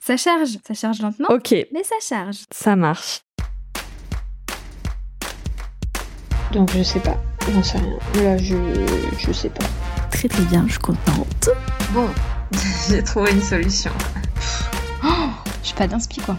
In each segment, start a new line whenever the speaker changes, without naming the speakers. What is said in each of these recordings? Ça charge, ça charge lentement,
Ok,
mais ça charge.
ça marche.
Donc je sais pas, j'en sais rien. Là, je, je sais pas.
Très très bien, je suis contente.
Bon, j'ai trouvé une solution.
J'ai pas d'inspi quoi.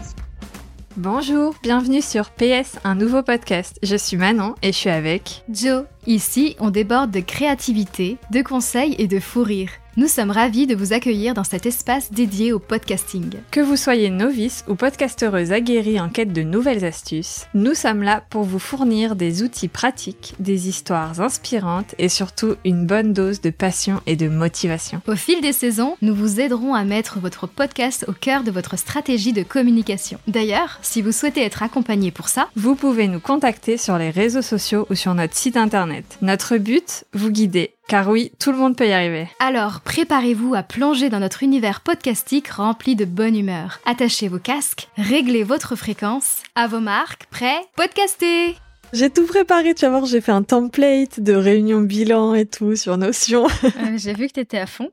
Bonjour, bienvenue sur PS, un nouveau podcast. Je suis Manon et je suis avec.
Joe, ici on déborde de créativité, de conseils et de fou rire. Nous sommes ravis de vous accueillir dans cet espace dédié au podcasting.
Que vous soyez novice ou podcastereuse aguerrie en quête de nouvelles astuces, nous sommes là pour vous fournir des outils pratiques, des histoires inspirantes et surtout une bonne dose de passion et de motivation.
Au fil des saisons, nous vous aiderons à mettre votre podcast au cœur de votre stratégie de communication. D'ailleurs, si vous souhaitez être accompagné pour ça,
Vous pouvez nous contacter sur les réseaux sociaux ou sur notre site internet. Notre but, vous guider. Car oui, tout le monde peut y arriver.
alors préparez-vous à plonger dans notre univers podcastique rempli de bonne humeur. Attachez vos casques, réglez votre fréquence, à vos marques, prêts, podcastez
J'ai tout préparé, tu vas voir, j'ai fait un template de réunion bilan et tout sur Notion.
Euh, J'ai vu que t'étais à fond.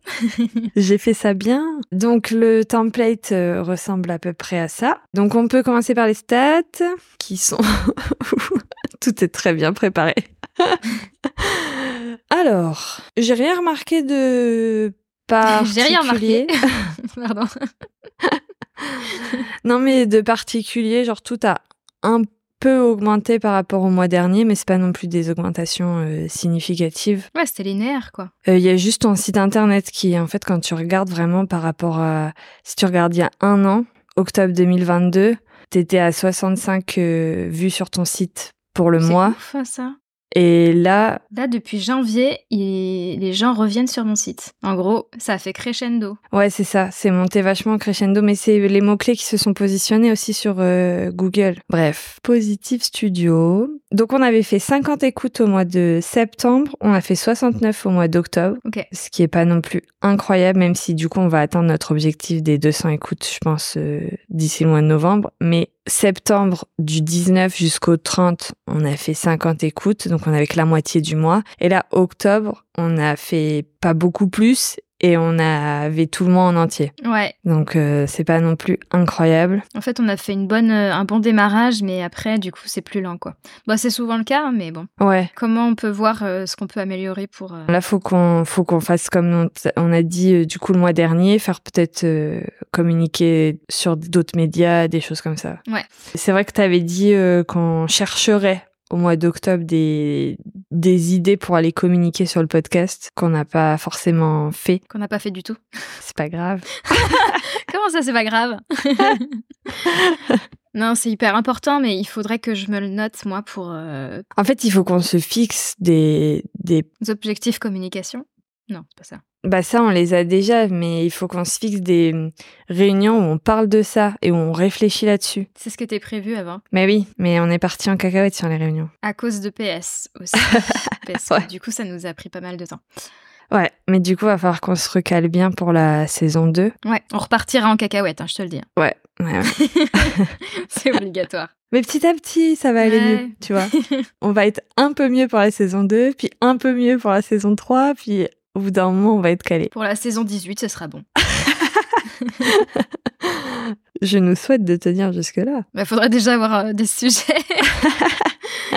J'ai fait ça
bien.
Donc le template euh, ressemble à peu près à ça. Donc on peut commencer par les stats qui sont... Tout est très bien préparé. Alors, j'ai rien remarqué de...
J'ai rien
particulier.
remarqué. Pardon.
Non mais de particulier, genre tout a un peu augmenté par rapport au mois dernier, mais c'est pas non plus des augmentations euh, significatives.
Ouais, c'était linéaire quoi.
Euh, Il y a juste ton site internet qui, en fait, quand tu regardes vraiment par rapport à... Si tu regardes il y a un an, octobre 2022, t'étais à 65 euh, vues sur ton site pour le
C'est
mois.
ouf, hein, ça.
Et là,
Là, depuis janvier, il- les gens reviennent sur mon site. En gros, ça a fait crescendo.
ouais, c'est ça, c'est monté vachement crescendo, mais c'est les mots-clés qui se sont positionnés aussi sur euh, Google. Bref, Positive Studio. Donc on avait fait 50 écoutes au mois de septembre, on a fait 69 au mois d'octobre.
Ok.
ce qui est pas non plus incroyable, même si du coup on va atteindre notre objectif des 200 écoutes, je pense, euh, d'ici le mois de novembre. Mais septembre du 19 jusqu'au 30, on a fait 50 écoutes, donc on avait que la moitié du mois. Et là, octobre, on a fait pas beaucoup plus et on avait tout le mois en entier.
Ouais.
Donc euh, c'est pas non plus incroyable.
En fait, on a fait une bonne, euh, un bon démarrage, mais après, du coup, c'est plus lent quoi. Bah, c'est souvent le cas, mais bon.
Ouais.
Comment on peut voir euh, ce qu'on peut améliorer pour. euh,
Là, faut qu'on faut qu'on fasse comme on, t- on a dit euh, du coup le mois dernier, faire peut-être euh, communiquer sur d'autres médias, des choses comme ça.
Ouais.
C'est vrai que tu avais dit euh, qu'on chercherait au mois d'octobre des des idées pour aller communiquer sur le podcast qu'on n'a pas forcément fait.
Qu'on n'a pas fait du tout.
C'est pas grave.
Comment ça, c'est pas grave Non, c'est hyper important, mais il faudrait que je me le note, moi, pour euh,
En fait, il faut qu'on se fixe des des
les objectifs communication. Non, c'est pas ça.
bah ça on les a déjà, mais il faut qu'on se fixe des euh, réunions où on parle de ça et où on réfléchit là-dessus.
C'est ce qui était prévu avant,
Mais oui, mais on est parti en cacahuète sur les réunions.
à cause de PS aussi. Parce que
Ouais.
Du coup, ça nous a pris pas mal de temps.
Ouais, mais du coup, va falloir qu'on se recale bien pour la saison 2.
Ouais, on repartira en cacahuète, hein, je te le dis.
Ouais. ouais, ouais.
c'est obligatoire.
mais petit à petit, ça va aller
Ouais.
mieux, tu vois. On va être un peu mieux pour la saison 2, puis un peu mieux pour la saison 3, puis au bout d'un moment, on va être calé.
Pour la saison 18, ce sera bon.
Je nous souhaite de tenir jusque-là.
Il Bah, faudra déjà avoir euh, des sujets.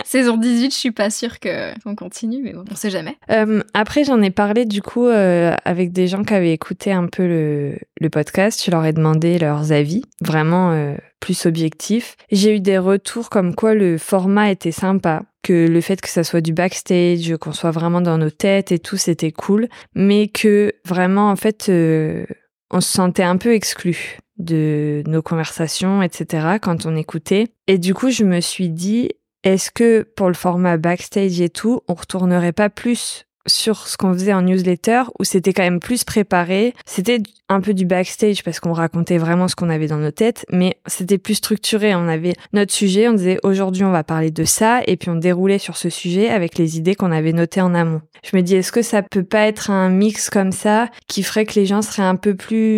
saison 18, je suis pas sûre que- qu'on continue, mais bon, on sait jamais.
Euh, après, j'en ai parlé du coup euh, avec des gens qui avaient écouté un peu le, le podcast. Je leur ai demandé leurs avis, vraiment euh, plus objectifs. J'ai eu des retours comme quoi le format était sympa, que le fait que ça soit du backstage, qu'on soit vraiment dans nos têtes et tout, c'était cool, mais que vraiment en fait, euh, on se sentait un peu exclu de nos conversations, etc. quand on écoutait. Et du coup, je me suis dit, est-ce que pour le format backstage et tout, on retournerait pas plus sur ce qu'on faisait en newsletter où c'était quand même plus préparé C'était un peu du backstage parce qu'on racontait vraiment ce qu'on avait dans nos têtes, mais c'était plus structuré. On avait notre sujet, on disait aujourd'hui on va parler de ça, et puis on déroulait sur ce sujet avec les idées qu'on avait notées en amont. Je me dis, est-ce que ça peut pas être un mix comme ça qui ferait que les gens seraient un peu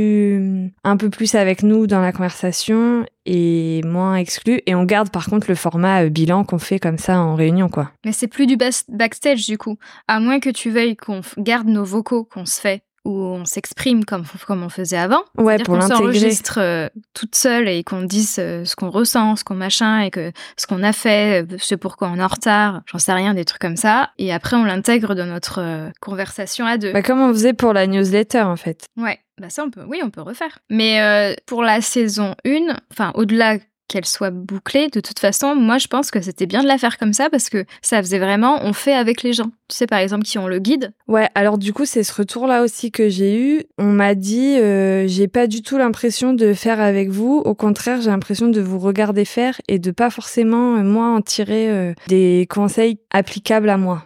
plus, un peu plus avec nous dans la conversation et moins exclus. Et on garde par contre le format euh, bilan qu'on fait comme ça en réunion, quoi.
Mais c'est plus du bas- backstage du coup. À moins que tu veuilles qu'on f- garde nos vocaux qu'on se fait où on s'exprime comme, comme on faisait avant.
Ouais,
C'est-à-dire
pour
qu'on
l'intégrer.
s'enregistre euh, toute seule et qu'on dise euh, ce qu'on ressent, ce qu'on machin et que ce qu'on a fait, euh, ce pourquoi on est en retard, j'en sais rien, des trucs comme ça. Et après, on l'intègre dans notre euh, conversation à deux.
Bah, comme on faisait pour la newsletter, en fait.
Ouais, bah ça on peut, oui, on peut refaire. Mais euh, pour la saison 1, enfin au-delà qu'elle soit bouclée, de toute façon, moi je pense que c'était bien de la faire comme ça parce que ça faisait vraiment on fait avec les gens. Tu sais par exemple qui ont le guide.
Ouais, alors du coup, c'est ce retour-là aussi que j'ai eu. On m'a dit, euh, j'ai pas du tout l'impression de faire avec vous. Au contraire, j'ai l'impression de vous regarder faire et de pas forcément, euh, moi, en tirer euh, des conseils applicables à moi.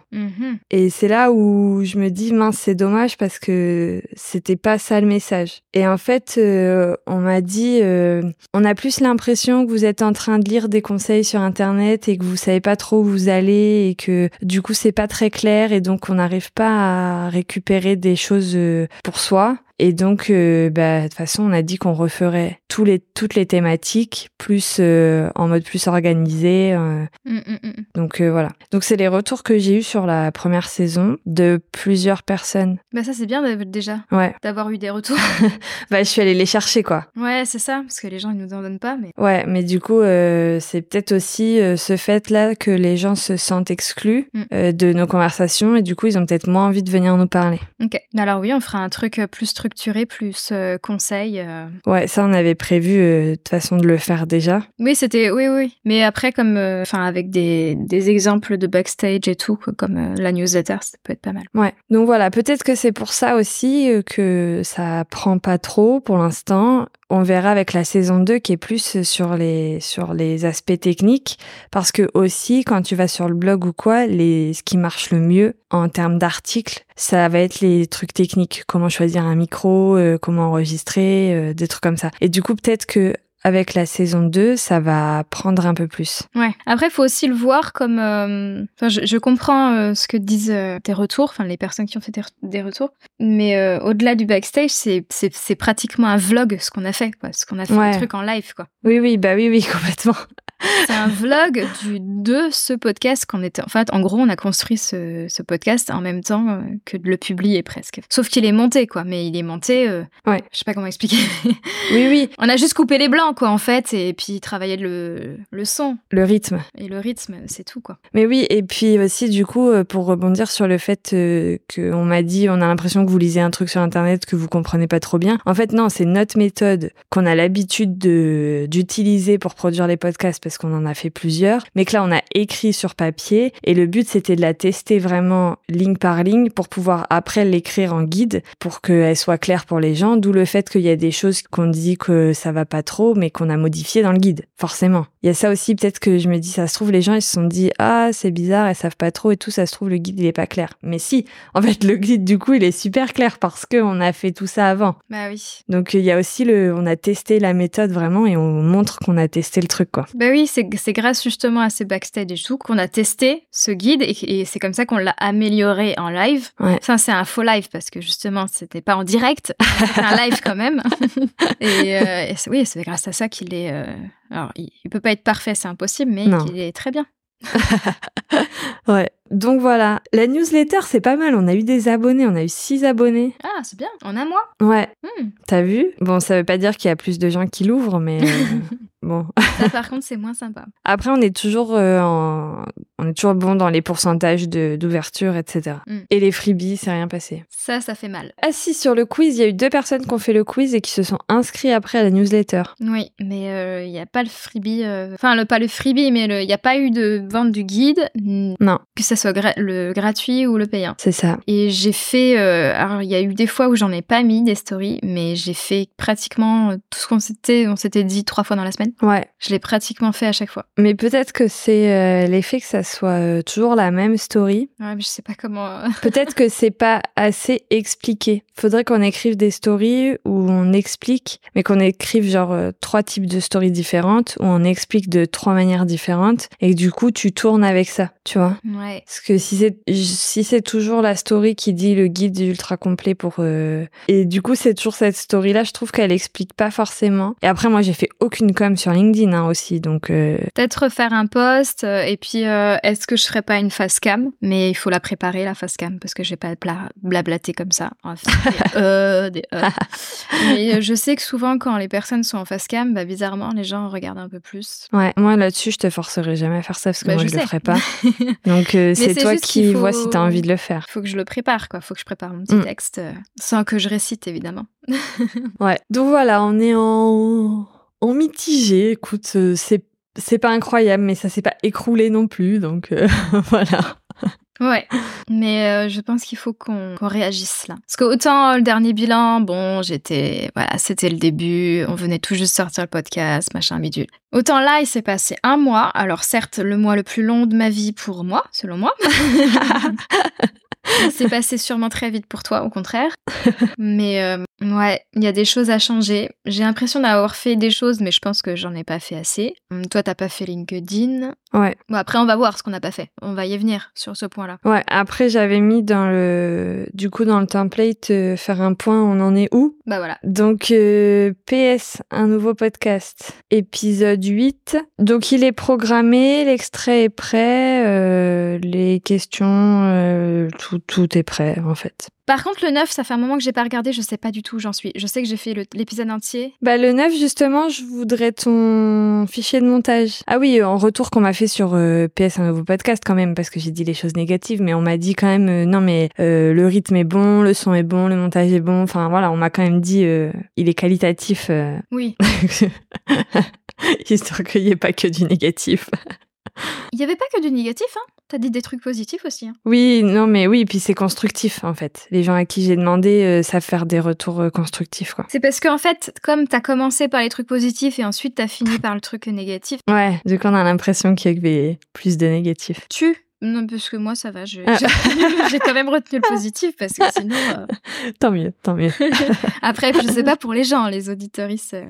Et c'est là où je me dis, mince, c'est dommage parce que c'était pas ça le message. Et en fait, euh, on m'a dit, euh, on a plus l'impression que vous êtes en train de lire des conseils sur Internet et que vous savez pas trop où vous allez et que du coup, c'est pas très clair et donc on n'arrive pas à récupérer des choses euh, pour soi. Et donc, euh, bah, de toute façon, on a dit qu'on referait tous les, toutes les thématiques, plus euh, en mode plus organisé, euh,
Mm, mm, mm.
donc euh, voilà. Donc c'est les retours que j'ai eus sur la première saison de plusieurs personnes.
Bah ça c'est bien d'av- déjà
Ouais.
d'avoir eu des retours.
Bah je suis allée les chercher quoi.
ouais, c'est ça parce que les gens ils nous en donnent pas mais
Ouais, mais du coup euh, c'est peut-être aussi euh, ce fait là que les gens se sentent exclus
Mm.
euh, de nos conversations et du coup ils ont peut-être moins envie de venir nous parler.
OK. Alors oui, on fera un truc euh, plus structuré, plus euh, conseil. euh.
Ouais, ça on avait prévu euh, de toute façon de le faire déjà.
Oui, c'était oui oui, mais après comme euh, enfin avec des, des exemples de backstage et tout quoi, comme euh, la newsletter, ça peut être pas mal.
Ouais. Donc voilà, peut-être que c'est pour ça aussi euh, que ça prend pas trop pour l'instant. On verra avec la saison 2 qui est plus sur les sur les aspects techniques parce que aussi quand tu vas sur le blog ou quoi, les ce qui marche le mieux en termes d'articles, ça va être les trucs techniques, comment choisir un micro, euh, comment enregistrer, euh, des trucs comme ça. Et du coup, peut-être que avec la saison 2, ça va prendre un peu plus.
Ouais. Après, faut aussi le voir comme. euh, Enfin, je, je comprends euh, ce que disent euh, tes retours, enfin les personnes qui ont fait tes re- des retours, mais euh, au-delà du backstage, c'est c'est c'est pratiquement un vlog ce qu'on a fait, quoi. Ce qu'on a fait
Ouais.
un truc en live, quoi.
Oui oui, bah oui oui, complètement.
C'est un vlog du de ce podcast qu'on était. En fait, en gros, on a construit ce, ce podcast en même temps euh, que de le publier presque. Sauf qu'il est monté, quoi. Mais il est monté. euh,
Ouais.
Je sais pas comment expliquer.
Oui oui,
on a juste coupé les blancs, quoi, en fait, et puis travaillé le le son
le rythme.
et le rythme, c'est tout, quoi.
Mais oui, et puis aussi du coup, euh, pour rebondir sur le fait euh, que on m'a dit, on a l'impression que vous lisez un truc sur internet que vous comprenez pas trop bien. En fait, non, c'est notre méthode qu'on a l'habitude de d'utiliser pour produire les podcasts parce qu'on en a fait plusieurs, mais que là on a écrit sur papier et le but c'était de la tester vraiment ligne par ligne pour pouvoir après l'écrire en guide pour qu'elle soit claire pour les gens. D'où le fait qu'il y a des choses qu'on dit que ça va pas trop, mais qu'on a modifié dans le guide. Forcément. Il y a ça aussi peut-être que je me dis, ça se trouve, les gens ils se sont dit, ah, c'est bizarre, elles savent pas trop et tout, ça se trouve, le guide il est pas clair. Mais si, en fait, le guide du coup il est super clair parce que on a fait tout ça avant.
Bah oui.
Donc il y a aussi le, on a testé la méthode vraiment et on montre qu'on a testé le truc quoi.
Bah oui, c'est c'est grâce justement à ces backstage et tout qu'on a testé ce guide et, et c'est comme ça qu'on l'a amélioré en live.
Ouais.
Ça, c'est un faux live parce que justement, c'était pas en direct, c'était un live quand même. et euh, et c'est- oui, c'est grâce à ça qu'il est. euh, Alors, il, il peut pas être parfait, c'est impossible, mais
Non.
il est très bien.
Ouais. Donc voilà, la newsletter c'est pas mal. On a eu des abonnés, on a eu six abonnés.
Ah, c'est bien. En un mois.
Ouais.
Hmm.
T'as vu Bon, ça veut pas dire qu'il y a plus de gens qui l'ouvrent, mais euh, bon.
Ça, par contre, c'est moins sympa.
Après, on est toujours euh, en- on est toujours bon dans les pourcentages de- d'ouverture, etc.
Mm.
Et les freebies, c'est rien passé.
Ça, ça fait mal.
Ah si, sur le quiz, il y a eu deux personnes qui ont fait le quiz et qui se sont inscrits après à la newsletter.
Oui, mais euh, il n'y a pas le freebie. euh, Enfin, le, pas le freebie, mais il n'y a pas eu de vente du guide, n-
Non,
que ça soit gra- le gratuit ou le payant.
c'est ça.
Et j'ai fait. euh, alors, il y a eu des fois où j'en ai pas mis des stories, mais j'ai fait pratiquement euh, tout ce qu'on s'était, on s'était dit trois fois dans la semaine.
Ouais.
Je l'ai pratiquement fait à chaque fois.
Mais peut-être que c'est euh, l'effet que ça soit euh, toujours la même story.
Ouais, mais je sais pas comment. euh,
Peut-être que c'est pas assez expliqué. Faudrait qu'on écrive des stories où on explique, mais qu'on écrive genre euh, trois types de stories différentes, où on explique de trois manières différentes, et que du coup tu tournes avec ça, tu vois.
Ouais.
Parce que si c'est si c'est toujours la story qui dit le guide ultra complet pour euh, et du coup c'est toujours cette story là, je trouve qu'elle explique pas forcément. Et après moi j'ai fait aucune com sur LinkedIn hein, aussi, donc euh,
Peut-être refaire un post euh, et puis euh, est-ce que je ferais pas une face cam Mais il faut la préparer la face cam parce que j'ai pas bla- blablaté comme ça. On va faire des euh, des euh. Mais euh, je sais que souvent quand les personnes sont en face cam, bah, bizarrement les gens regardent un peu plus.
ouais, moi là-dessus, je te forcerai jamais à faire ça parce que
Bah,
moi
je
je, le
sais.
ferai pas. Donc euh, c'est
c'est
toi
juste
qui
qu'il faut-
vois si t'as envie de le faire.
faut que je le prépare quoi. Faut que je prépare mon petit
Mm.
texte euh, sans que je récite évidemment.
Ouais.
Donc voilà, on est en, en mitigé. Écoute, euh, c'est c'est pas incroyable, mais ça s'est pas écroulé non plus. Donc euh, voilà.
Ouais, mais euh, je pense qu'il faut qu'on qu'on réagisse là. Parce que autant euh, le dernier bilan, bon, j'étais, voilà, c'était le début, on venait tout juste sortir le podcast, machin bidule. Autant là, il s'est passé un mois, alors certes, le mois le plus long de ma vie pour moi, selon moi. il s'est passé sûrement très vite pour toi, au contraire. Mais euh, ouais, il y a des choses à changer. J'ai l'impression d'avoir fait des choses, mais je pense que j'en ai pas fait assez. Hum, Toi, t'as pas fait LinkedIn.
Ouais.
Bon, après, on va voir ce qu'on n'a pas fait. On va y venir sur ce point-là.
Ouais, après j'avais mis dans le du coup dans le template euh, faire un point, on en est où
Bah voilà.
Donc euh, PS, un nouveau podcast, épisode 8. Donc il est programmé, l'extrait est prêt, euh, les questions euh, tout tout est prêt en fait.
Par contre, le 9, ça fait un moment que j'ai pas regardé, je sais pas du tout où j'en suis. Je sais que j'ai fait le- l'épisode entier.
Bah le 9 justement, je voudrais ton fichier de montage. Ah oui, euh, en retour qu'on m'a fait sur euh, PS un nouveau podcast quand même parce que j'ai dit les choses négatives mais on m'a dit quand même euh, non mais euh, le rythme est bon, le son est bon, le montage est bon. Enfin voilà, on m'a quand même dit euh, il est qualitatif euh,
Oui.
histoire qu'il n'y ait pas que du négatif.
Il y avait pas que du négatif, hein. T'as dit des trucs positifs aussi. hein.
Oui, non mais oui, puis c'est constructif en fait. Les gens à qui j'ai demandé euh, savent faire des retours euh, constructifs quoi.
C'est parce qu'en fait, comme t'as commencé par les trucs positifs et ensuite t'as fini par le truc négatif,
Ouais, du coup on a l'impression qu'il y avait plus de négatifs.
tu. Non, parce que moi, ça va. je-
Ah.
je- J'ai quand même retenu le positif parce que sinon. euh,
Tant mieux, tant mieux.
Après, je sais pas pour les gens, les auditoristes. euh,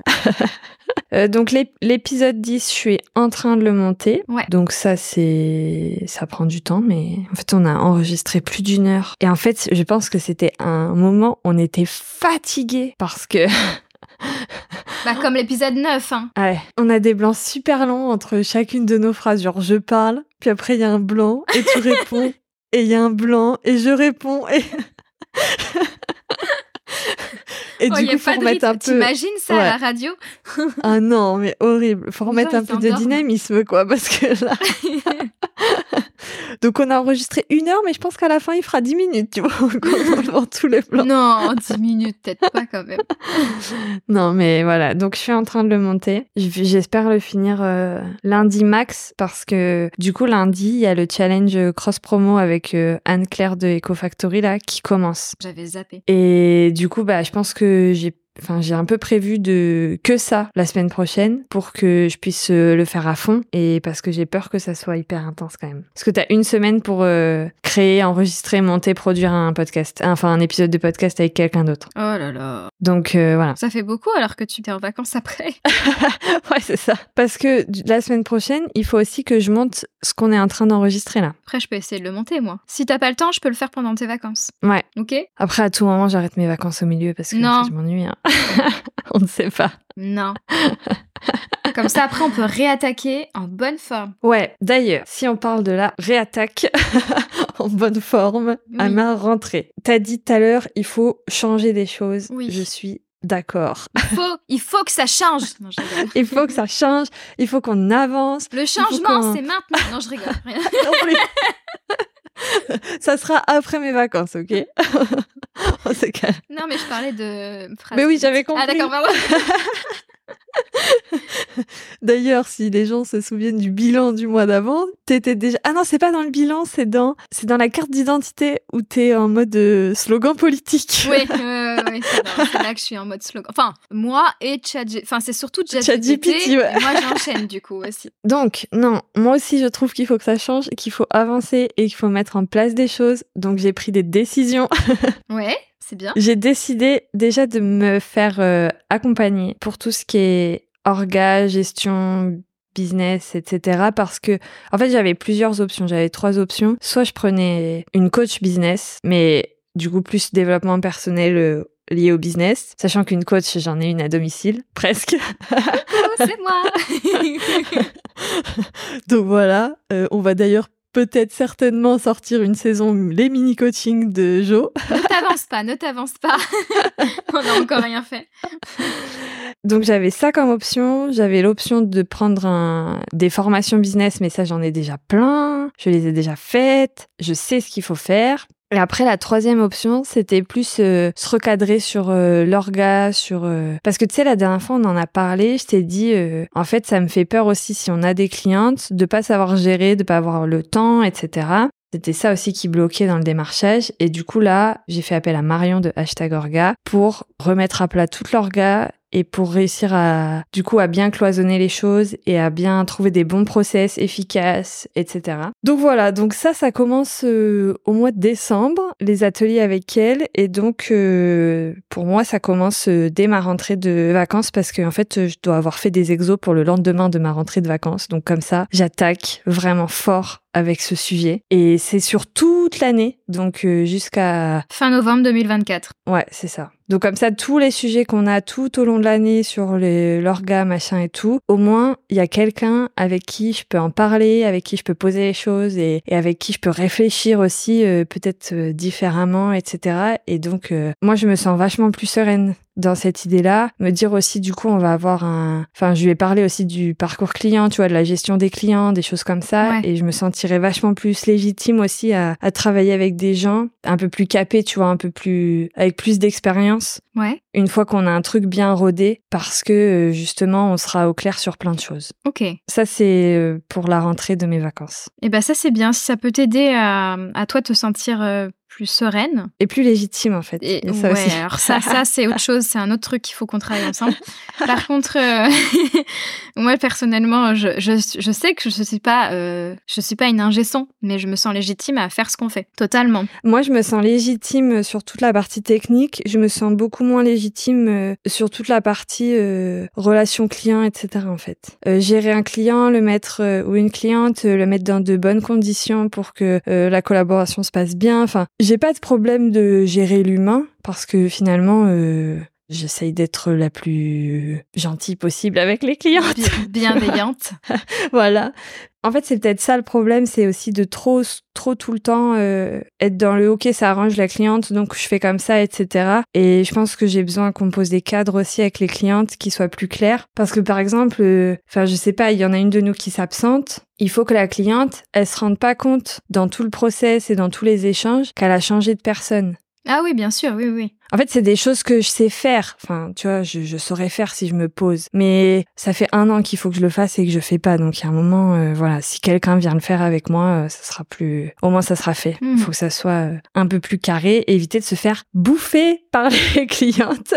Euh, donc l'ép- l'épisode 10, je suis en train de le monter.
Ouais.
Donc ça c'est ça prend du temps mais en fait on a enregistré plus d'une heure et en fait je pense que c'était un moment où on était fatigué parce que
Bah, comme l'épisode 9, hein.
ouais,
On a des blancs super longs entre chacune de nos phrases. Genre je parle, puis après il y a un blanc et tu réponds, et il y a un blanc et je réponds et. Et
Oh,
du
y a
coup,
pas
faut
de
remettre
rythme.
un peu.
T'imagines ça à
Ouais.
la radio
Ah non, mais horrible. Faut remettre
gens,
un
ils
peu de
s'endorment.
dynamisme, quoi, parce que là. Donc, on a enregistré une heure, mais je pense qu'à la fin, il fera dix minutes, tu vois, dans tous les plans.
Non, 10 minutes, peut-être pas quand même.
non mais voilà donc je suis en train de le monter Je- j'espère le finir euh, lundi max parce que du coup lundi il y a le
euh,
challenge cross promo avec euh, Anne Claire de EcoFactory là qui commence
J'avais zappé.
Et du coup, bah, je pense que j'ai Enfin, j'ai un peu prévu de que ça la semaine prochaine pour que je puisse euh, le faire à fond et parce que j'ai peur que ça soit hyper intense quand même. Parce que t'as une semaine pour euh, créer, enregistrer, monter, produire un podcast, enfin un épisode de podcast avec quelqu'un d'autre.
Oh là là.
Donc euh, voilà.
Ça fait beaucoup alors que tu t'es en vacances après.
ouais, c'est ça. Parce que du- la semaine prochaine, il faut aussi que je monte ce qu'on est en train d'enregistrer là.
Après, je peux essayer de le monter, moi. Si t'as pas le temps, je peux le faire pendant tes vacances.
Ouais.
Ok
Après, à tout moment, j'arrête mes vacances au milieu parce que
Non.
en fait, je m'ennuie. hein. On ne sait pas.
Non. Comme ça, après, on peut réattaquer en bonne forme.
Ouais, d'ailleurs, si on parle de la réattaque en bonne forme à
Oui.
ma rentrée. T'as dit tout à l'heure, il faut changer des choses.
Oui.
Je suis d'accord.
Il faut, il faut que ça change. Non, je rigole.
Il faut que ça change, il faut qu'on avance.
Le
faut qu'on-
changement, c'est maintenant. Non, je rigole.
Non plus. Ça sera après mes vacances, ok On se calme.
Non, mais je parlais de. phrases
Mais oui, j'avais
politiques. Ah, d'accord, bah ouais.
D'ailleurs, si les gens se souviennent du bilan du mois d'avant, t'étais déjà. Ah non, c'est pas dans le bilan, c'est dans, c'est dans la carte d'identité où t'es en mode euh, slogan politique.
Oui, euh, ouais, c'est là- c'est là que je suis en mode slogan. Enfin, moi et ChatGPT. Enfin, c'est surtout ChatGPT.
ChatGPT, ouais.
et Moi, j'enchaîne du coup aussi.
Donc, non, moi aussi je trouve qu'il faut que ça change, qu'il faut avancer et qu'il faut mettre en place des choses. Donc j'ai pris des décisions.
Ouais, c'est bien.
J'ai décidé déjà de me faire euh, accompagner pour tout ce qui est orga, gestion, business, etc. Parce que, en fait, j'avais plusieurs options. J'avais trois options. Soit je prenais une coach business, mais du coup, plus développement personnel euh, liées au business, sachant qu'une coach, j'en ai une à domicile, presque.
Oh, c'est moi
Donc voilà, euh, on va d'ailleurs peut-être certainement sortir une saison les mini coachings de Jo.
Ne t'avance pas, ne t'avance pas. On n'a encore rien fait.
Donc j'avais ça comme option. J'avais l'option de prendre un- des formations business, mais ça j'en ai déjà plein. Je les ai déjà faites. Je sais ce qu'il faut faire. Et après la troisième option, c'était plus euh, se recadrer sur euh, l'orga, sur euh, parce que tu sais la dernière fois on en a parlé, je t'ai dit euh, en fait ça me fait peur aussi si on a des clientes de pas savoir gérer, de pas avoir le temps, etc. C'était ça aussi qui bloquait dans le démarchage. Et du coup, là, j'ai fait appel à Marion de hashtag Orga pour remettre à plat toute l'orga et pour réussir à, du coup, à bien cloisonner les choses et à bien trouver des bons process efficaces, etc. Donc voilà. Donc ça, ça commence euh, au mois de décembre, les ateliers avec elle. Et donc, euh, pour moi, ça commence euh, dès ma rentrée de vacances parce que, en fait, euh, je dois avoir fait des exos pour le lendemain de ma rentrée de vacances. Donc comme ça, j'attaque vraiment fort avec ce sujet. Et c'est sur toute l'année, donc euh, jusqu'à...
Fin novembre 2024.
Ouais, c'est ça. Donc comme ça, tous les sujets qu'on a tout au long de l'année sur les- l'orga, machin et tout, au moins, il y a quelqu'un avec qui je peux en parler, avec qui je peux poser les choses et, et avec qui je peux réfléchir aussi, euh, peut-être euh, différemment, etc. Et donc, euh, moi, je me sens vachement plus sereine dans cette idée-là, me dire aussi du coup on va avoir un, enfin je lui ai parlé aussi du parcours client, tu vois, de la gestion des clients, des choses comme ça,
Ouais.
et je me sentirais vachement plus légitime aussi à, à travailler avec des gens un peu plus capés, tu vois, un peu plus avec plus d'expérience.
Ouais.
Une fois qu'on a un truc bien rodé, parce que euh, justement on sera au clair sur plein de choses.
Ok. Et
Ça c'est euh, pour la rentrée de mes vacances.
ben ça c'est bien. Si ça peut t'aider à, à toi te sentir euh, plus sereine.
Et plus légitime en fait.
Et,
Il y a ça
ouais,
aussi.
alors ça, ça c'est autre chose, c'est un autre truc qu'il faut qu'on travaille ensemble. Par contre, euh, moi personnellement, je, je, je sais que je suis pas, euh, je suis pas une ingé son, mais je me sens légitime à faire ce qu'on fait, totalement.
Moi, je me sens légitime euh, sur toute la partie technique. Je me sens beaucoup moins légitime euh, sur toute la partie euh, relation client, etc. En fait, Euh, gérer un client, le mettre euh, ou une cliente, euh, le mettre dans de bonnes conditions pour que euh, la collaboration se passe bien. Enfin, j'ai pas de problème de gérer l'humain parce que finalement. euh, J'essaye d'être la plus euh, gentille possible avec les clientes
Bi- bienveillante.
voilà. En fait, c'est peut-être ça le problème, c'est aussi de trop, trop tout le temps euh, être dans le OK, ça arrange la cliente, donc je fais comme ça, etc. Et je pense que j'ai besoin qu'on me pose des cadres aussi avec les clientes qui soient plus clairs, parce que par exemple, euh, enfin, je sais pas, il y en a une de nous qui s'absente. Il faut que la cliente, elle se rende pas compte dans tout le process et dans tous les échanges qu'elle a changé de personne.
Ah oui, bien sûr, oui, oui.
En fait, c'est des choses que je sais faire. Enfin, tu vois, je, je saurais faire si je me pose. Mais ça fait un an qu'il faut que je le fasse et que je fais pas. Donc, il y a un moment, euh, voilà, si quelqu'un vient le faire avec moi, euh, ça sera plus. Au moins, ça sera fait. Il
Mhm.
faut que ça soit euh, un peu plus carré et éviter de se faire bouffer par les clientes.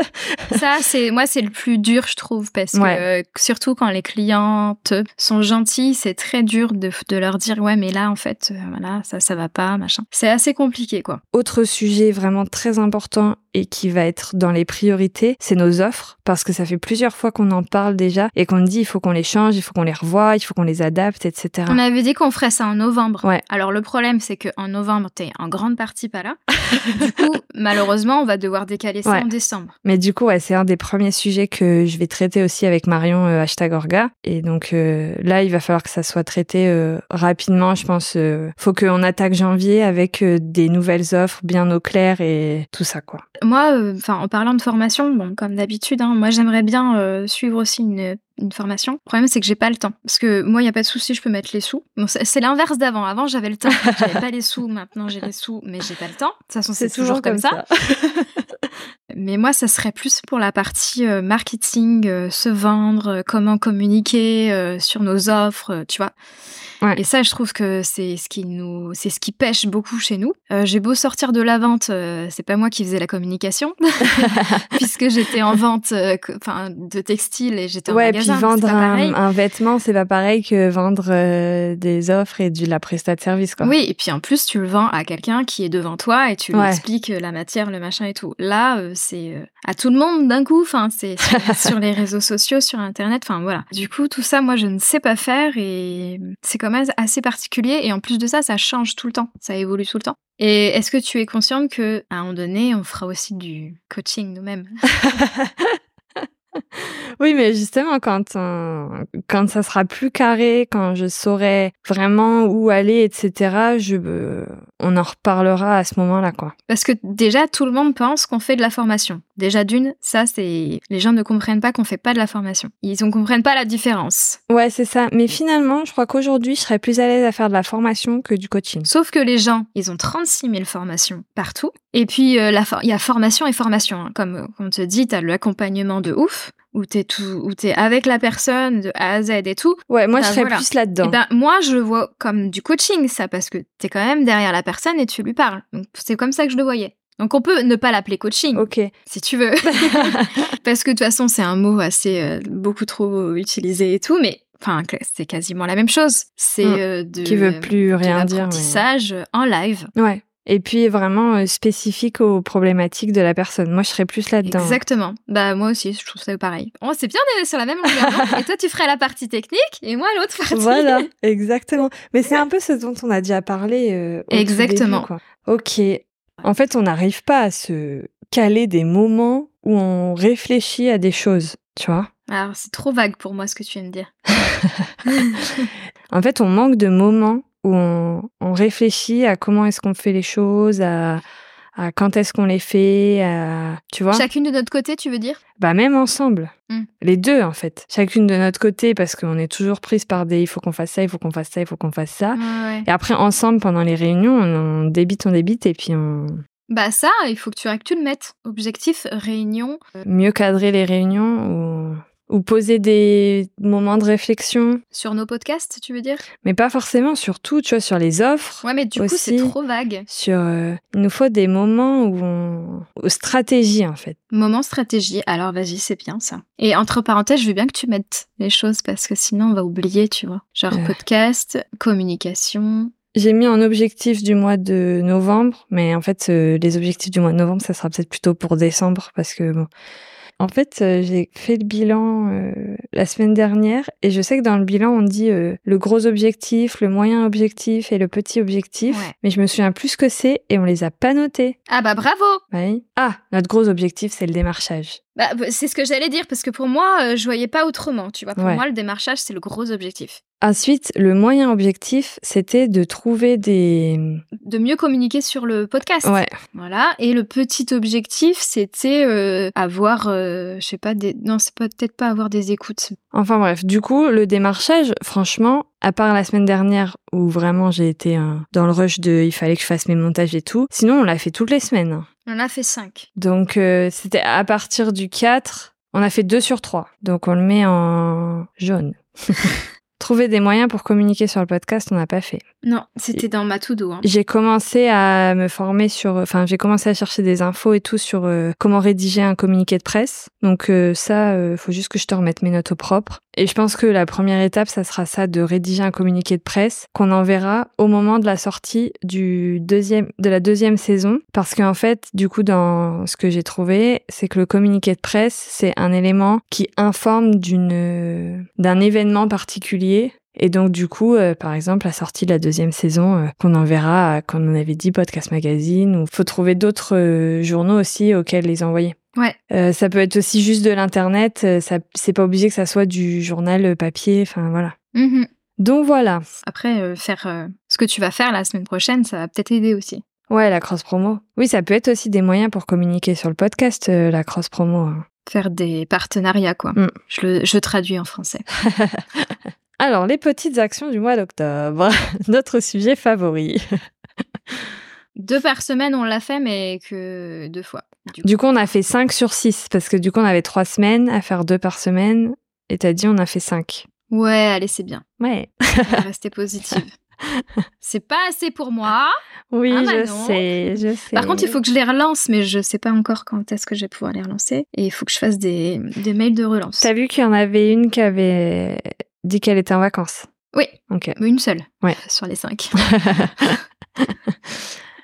Ça, c'est moi, c'est le plus dur, je trouve, parce
Ouais.
que euh, surtout quand les clientes sont gentilles, c'est très dur de, de leur dire ouais, mais là, en fait, euh, voilà, ça, ça va pas, machin. C'est assez compliqué, quoi.
Autre sujet vraiment très important et qui va être dans les priorités, c'est nos offres, parce que ça fait plusieurs fois qu'on en parle déjà et qu'on dit il faut qu'on les change, il faut qu'on les revoie, il faut qu'on les adapte, etc.
On avait dit qu'on ferait ça en novembre.
Ouais.
Alors le problème, c'est que en novembre, t'es en grande partie pas là. du coup, malheureusement, on va devoir décaler ça
Ouais.
en décembre.
Mais du coup, ouais, c'est un des premiers sujets que je vais traiter aussi avec Marion, euh, hashtag Orga. Et donc euh, là, il va falloir que ça soit traité euh, rapidement, je pense. euh, faut qu'on attaque janvier avec euh, des nouvelles offres bien au clair et tout ça, quoi.
Moi, euh, enfin, en parlant de formation, bon, comme d'habitude, hein, moi j'aimerais bien euh, suivre aussi une, une formation. Le problème, c'est que j'ai pas le temps. Parce que moi, il y a pas de souci, je peux mettre les sous. Bon, c'est c'est l'inverse d'avant. Avant, j'avais le temps, j'avais pas les sous. Maintenant, j'ai les sous, mais j'ai pas le temps. De toute façon, c'est toujours comme, ça. Mais moi, ça serait plus pour la partie euh, marketing, euh, se vendre, euh, comment communiquer euh, sur nos offres, euh, tu vois.
Ouais.
Et ça, je trouve que c'est ce qui nous, c'est ce qui pêche beaucoup chez nous. Euh, j'ai beau sortir de la vente, euh, c'est pas moi qui faisais la communication, puisque j'étais en vente, euh, que- enfin, de textile et j'étais en
ouais, puis
magasin. c'est
vendre
pas pareil.
un, un vêtement, c'est pas pareil que vendre euh, des offres et de la prestat de service, quoi.
Oui, et puis en plus, tu le vends à quelqu'un qui est devant toi et tu lui
Ouais.
expliques euh, la matière, le machin et tout. Là, euh, c'est euh, à tout le monde d'un coup. Enfin, c'est sur, sur les réseaux sociaux, sur Internet. Enfin, voilà. Du coup, tout ça, moi, je ne sais pas faire et c'est quand même assez particulier. Et en plus de ça, ça change tout le temps. Ça évolue tout le temps. Et est-ce que tu es consciente que, à un moment donné, on fera aussi du coaching nous-mêmes
Oui, mais justement, quand, euh, quand ça sera plus carré, quand je saurai vraiment où aller, etc., je, euh, on en reparlera à ce moment-là, quoi.
Parce que déjà, tout le monde pense qu'on fait de la formation. Déjà d'une, ça, c'est les gens ne comprennent pas qu'on fait pas de la formation. Ils ne comprennent pas la différence.
Ouais, c'est ça. Mais finalement, je crois qu'aujourd'hui, je serais plus à l'aise à faire de la formation que du coaching.
Sauf que les gens, ils ont 36 000 formations partout. Et puis, euh, la for- il y a formation et formation. hein. Comme euh, on te dit, t'as l'accompagnement de ouf, où t'es tout, où t'es avec la personne de A à Z et tout.
Ouais, moi,
Bah,
je serais
voilà.
plus là-dedans.
Eh ben, moi, je le vois comme du coaching, ça, parce que t'es quand même derrière la personne et tu lui parles. Donc, c'est comme ça que je le voyais. Donc, on peut ne pas l'appeler coaching,
Ok.
si tu veux. parce que, de toute façon, c'est un mot assez, euh, beaucoup trop utilisé et tout, mais, enfin, que- c'est quasiment la même chose. C'est
Mm.
euh, de,
Qui veut plus
de
rien dire. mais-
l'apprentissage en live.
Ouais. Et puis vraiment euh, spécifique aux problématiques de la personne. Moi, je serais plus là-dedans.
Exactement. Bah, moi aussi, je trouve ça pareil. On s'est bien on est sur la même longueur d'onde, et toi, tu ferais la partie technique, et moi, l'autre partie.
Voilà, exactement. Mais c'est un peu ce dont on a déjà parlé. euh, au tout
Exactement.
début, quoi. Ok. En fait, on n'arrive pas à se caler des moments où on réfléchit à des choses, tu vois.
Alors, c'est trop vague pour moi, ce que tu viens de dire.
En fait, on manque de moments où on, on réfléchit à comment est-ce qu'on fait les choses, à, à quand est-ce qu'on les fait, à, tu vois.
Chacune de notre côté, tu veux dire
Bah même ensemble.
Mm.
Les deux en fait. Chacune de notre côté parce qu'on est toujours prise par des il faut qu'on fasse ça, il faut qu'on fasse ça, il faut qu'on fasse ça.
ouais.
Ah. Et après ensemble pendant les réunions, on, on débite, on débite et puis on
Bah ça, il faut que tu, que tu le mettes. Objectif, réunion.
mieux cadrer les réunions ou ou poser des moments de réflexion,
Sur nos podcasts, tu veux dire
mais pas forcément sur tout, tu vois, sur les offres,
Ouais, mais du coup, c'est
Aussi.
trop vague.
sur euh, il nous faut des moments où on aux stratégies en fait.
Moment stratégie, alors vas-y, c'est bien ça. Et entre parenthèses, je veux bien que tu mettes les choses parce que sinon, on va oublier, tu vois. Genre
Euh.
podcast, communication.
J'ai mis en objectif du mois de novembre, mais en fait, euh, les objectifs du mois de novembre, ça sera peut-être plutôt pour décembre parce que bon. En fait, euh, j'ai fait le bilan euh, la semaine dernière et je sais que dans le bilan, on dit euh, le gros objectif, le moyen objectif et le petit objectif,
Ouais.
mais je me souviens plus ce que c'est et on les a pas notés.
Ah bah bravo
Oui. Ah, notre gros objectif, c'est le démarchage.
bah, bah, C'est ce que j'allais dire parce que pour moi, euh, je voyais pas autrement, tu vois. Pour
Ouais.
moi, le démarchage, c'est le gros objectif.
Ensuite, le moyen objectif, c'était de trouver des...
De mieux communiquer sur le podcast.
Ouais,
Voilà. Et le petit objectif, c'était euh, avoir, euh, je sais pas, des... non, c'est pas- peut-être pas avoir des écoutes.
Enfin bref, du coup, le démarchage, franchement, à part la semaine dernière où vraiment j'ai été euh, dans le rush de il fallait que je fasse mes montages et tout, sinon on l'a fait toutes les semaines. hein.
On en a fait cinq.
Donc euh, c'était à partir du 4, on a fait 2 sur 3. Donc on le met en jaune. Trouver des moyens pour communiquer sur le podcast, on n'a pas fait.
Non, c'était dans ma to-do. hein.
J'ai commencé à me former sur, enfin j'ai commencé à chercher des infos et tout sur euh, comment rédiger un communiqué de presse. Donc euh, ça, euh, faut juste que je te remette mes notes au propre. Et je pense que la première étape, ça sera ça de rédiger un communiqué de presse qu'on enverra au moment de la sortie du deuxième, de la deuxième saison, parce qu'en fait, du coup, dans ce que j'ai trouvé, c'est que le communiqué de presse, c'est un élément qui informe d'une, euh, d'un événement particulier et donc du coup, euh, par exemple, la sortie de la deuxième saison, euh, qu'on enverra, quand on avait dit Podcast Magazine, ou faut trouver d'autres euh, journaux aussi auxquels les envoyer.
Ouais.
Euh, ça peut être aussi juste de l'internet, euh, ça c'est pas obligé que ça soit du journal euh, papier, enfin voilà.
Mhm.
Donc voilà.
Après, euh, faire euh, ce que tu vas faire la semaine prochaine, ça va peut-être aider aussi.
Ouais, la cross promo. Oui, ça peut être aussi des moyens pour communiquer sur le podcast, euh, la cross promo.
Faire des partenariats, quoi.
Mm.
Je, le, je traduis en français.
Alors, les petites actions du mois d'octobre, notre sujet favori.
Deux par semaine, on l'a fait, mais que deux fois. Du coup.
Du coup, on a fait 5 sur 6 parce que du coup, on avait 3 semaines à faire 2 par semaine et t'as dit on a fait 5.
Ouais, allez, c'est bien.
Ouais.
On va rester positive. C'est pas assez pour moi.
Oui,
Ah bah
je
non.
sais, je sais.
Par contre, il faut que je les relance, mais je sais pas encore quand est-ce que je vais pouvoir les relancer. Et il faut que je fasse des, des mails de relance.
T'as vu qu'il y en avait une qui avait dit qu'elle était en vacances.
Oui.
Ok.
Mais une seule
Ouais.
sur les cinq.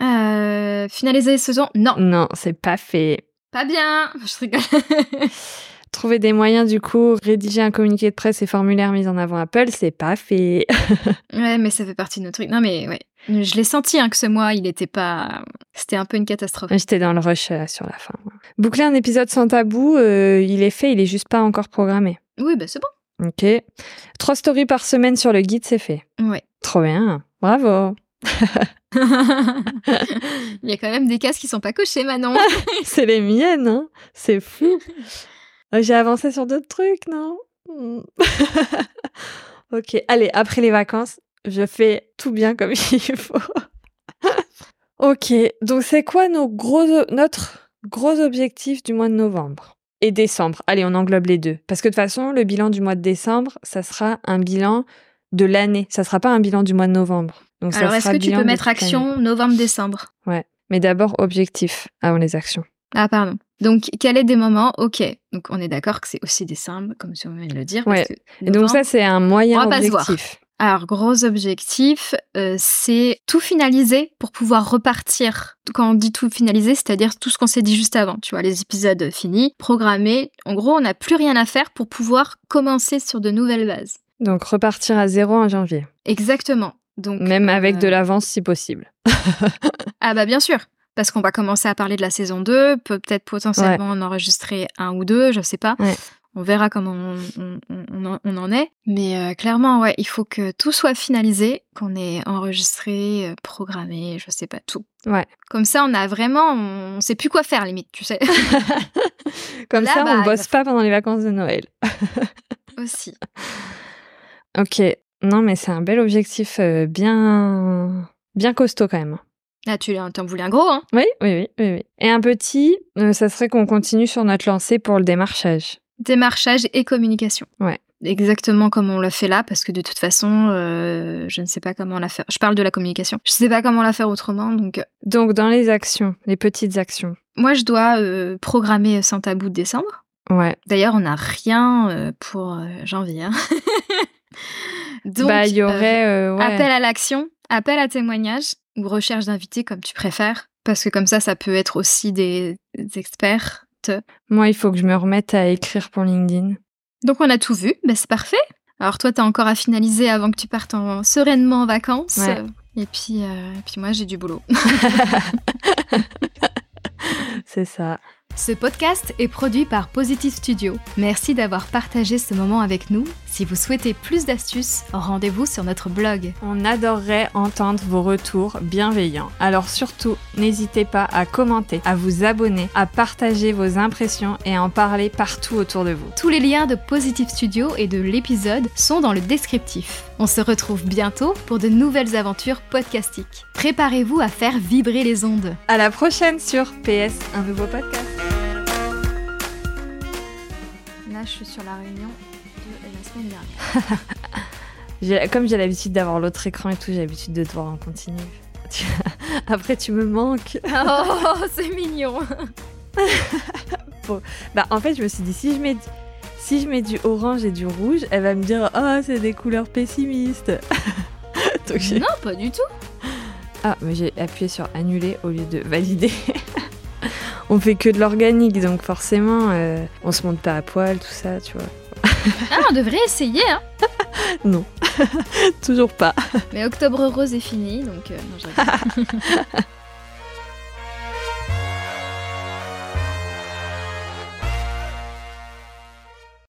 Euh, finaliser les saisons Non.
non, c'est pas fait.
Pas bien Je rigole.
Trouver des moyens, du coup, rédiger un communiqué de presse et formulaire mis en avant Apple, c'est pas fait.
ouais, mais ça fait partie de nos trucs. Non, mais ouais. Je l'ai senti hein, que ce mois, il était pas. C'était un peu une catastrophe.
J'étais dans le rush euh, sur la fin. moi. Boucler un épisode sans tabou, euh, il est fait, il est juste pas encore programmé.
Oui, bah c'est bon.
Ok. Trois stories par semaine sur le guide, c'est fait.
Ouais.
Trop bien. Bravo.
il y a quand même des cases qui sont pas cochées, Manon.
c'est les miennes, hein. C'est fou. Euh, J'ai avancé sur d'autres trucs, non Hmm. Ok, allez, après les vacances, je fais tout bien comme il faut. ok, donc c'est quoi nos gros, notre gros objectif du mois de novembre et décembre Allez, on englobe les deux. Parce que de toute façon, le bilan du mois de décembre, ça sera un bilan de l'année. Ça sera pas un bilan du mois de novembre. Donc, ça
Alors, est-ce
sera
que
le
tu
bilan
peux
de
mettre
toute l'année.
action novembre-décembre
Mais d'abord, objectif avant les actions.
Ah, pardon. Donc, quel est des moments Ok. Donc, on est d'accord que c'est aussi décembre, comme tu viens de le dire. parce
Ouais.
que
Et donc
novembre-
ça, c'est un moyen
On va pas se voir.
objectif.
Alors, gros objectif, euh, c'est tout finaliser pour pouvoir repartir. Quand on dit tout finaliser, c'est-à-dire tout ce qu'on s'est dit juste avant. Tu vois, les épisodes finis, programmés. En gros, on n'a plus rien à faire pour pouvoir commencer sur de nouvelles bases.
Donc repartir à zéro en janvier,
Exactement. Donc,
même avec
euh,
de l'avance si possible.
Ah bah bien sûr, parce qu'on va commencer à parler de la saison 2, peut- peut-être potentiellement en enregistrer un ou deux, je sais pas.
Ouais.
On verra comment on, on- on en, on en est. Mais euh, clairement, ouais, il faut que tout soit finalisé, qu'on ait enregistré, euh, programmé, je sais pas, tout.
Ouais.
Comme ça, on a vraiment... On, on sait plus quoi faire, limite, tu sais,
Comme
Là,
ça,
bah,
on
il va
bosse pas pendant les vacances de Noël.
aussi.
Ok, non mais c'est un bel objectif, euh, bien, bien costaud quand même.
Là, tu l'as- t'en voulais un gros, hein
Oui, oui, oui, oui. oui. Et un petit, euh, ça serait qu'on continue sur notre lancée pour le démarchage.
Démarchage et communication.
Ouais.
Exactement comme on l'a fait là, parce que de toute façon, euh, je ne sais pas comment la faire. Je parle de la communication. Je sais pas comment la faire autrement, donc
Donc dans les actions, les petites actions.
Moi, je dois euh, programmer sans tabou de décembre.
Ouais.
D'ailleurs, on n'a rien euh, pour euh, janvier. hein. Donc,
bah il y
euh,
aurait, euh, ouais.
appel à l'action, appel à témoignage ou recherche d'invités comme tu préfères. Parce que comme ça, ça peut être aussi des, des experts.
Moi il faut que je me remette à écrire pour LinkedIn.
Donc, on a tout vu. Bah, c'est parfait. Alors, toi, t'as encore à finaliser avant que tu partes en, sereinement en vacances.
Ouais.
Euh, Et puis, euh, et puis moi, j'ai du boulot.
C'est ça.
Ce podcast est produit par Positive Studio. Merci d'avoir partagé ce moment avec nous. Si vous souhaitez plus d'astuces, rendez-vous sur notre blog.
On adorerait entendre vos retours bienveillants. Alors surtout, n'hésitez pas à commenter, à vous abonner, à partager vos impressions et à en parler partout autour de vous.
Tous les liens de Positive Studio et de l'épisode sont dans le descriptif. On se retrouve bientôt pour de nouvelles aventures podcastiques. Préparez-vous à faire vibrer les ondes.
À la prochaine sur PS, un nouveau podcast.
Là, je suis sur la réunion de la semaine dernière.
J'ai- Comme j'ai l'habitude d'avoir l'autre écran et tout, j'ai l'habitude de devoir en continuer. Tu- Après, tu me manques.
Oh, c'est mignon.
Bah, en fait, je me suis dit, si je mets, si je mets du orange et du rouge, elle va me dire, oh, c'est des couleurs pessimistes. Donc, j'ai-
Non, pas du tout.
Ah, mais j'ai appuyé sur annuler au lieu de valider. on fait que de l'organique, donc forcément, euh, on se monte pas à poil, tout ça, tu vois.
Ah, on devrait essayer, hein.
Toujours pas.
Mais Octobre Rose est fini, donc... euh, non, je rigole.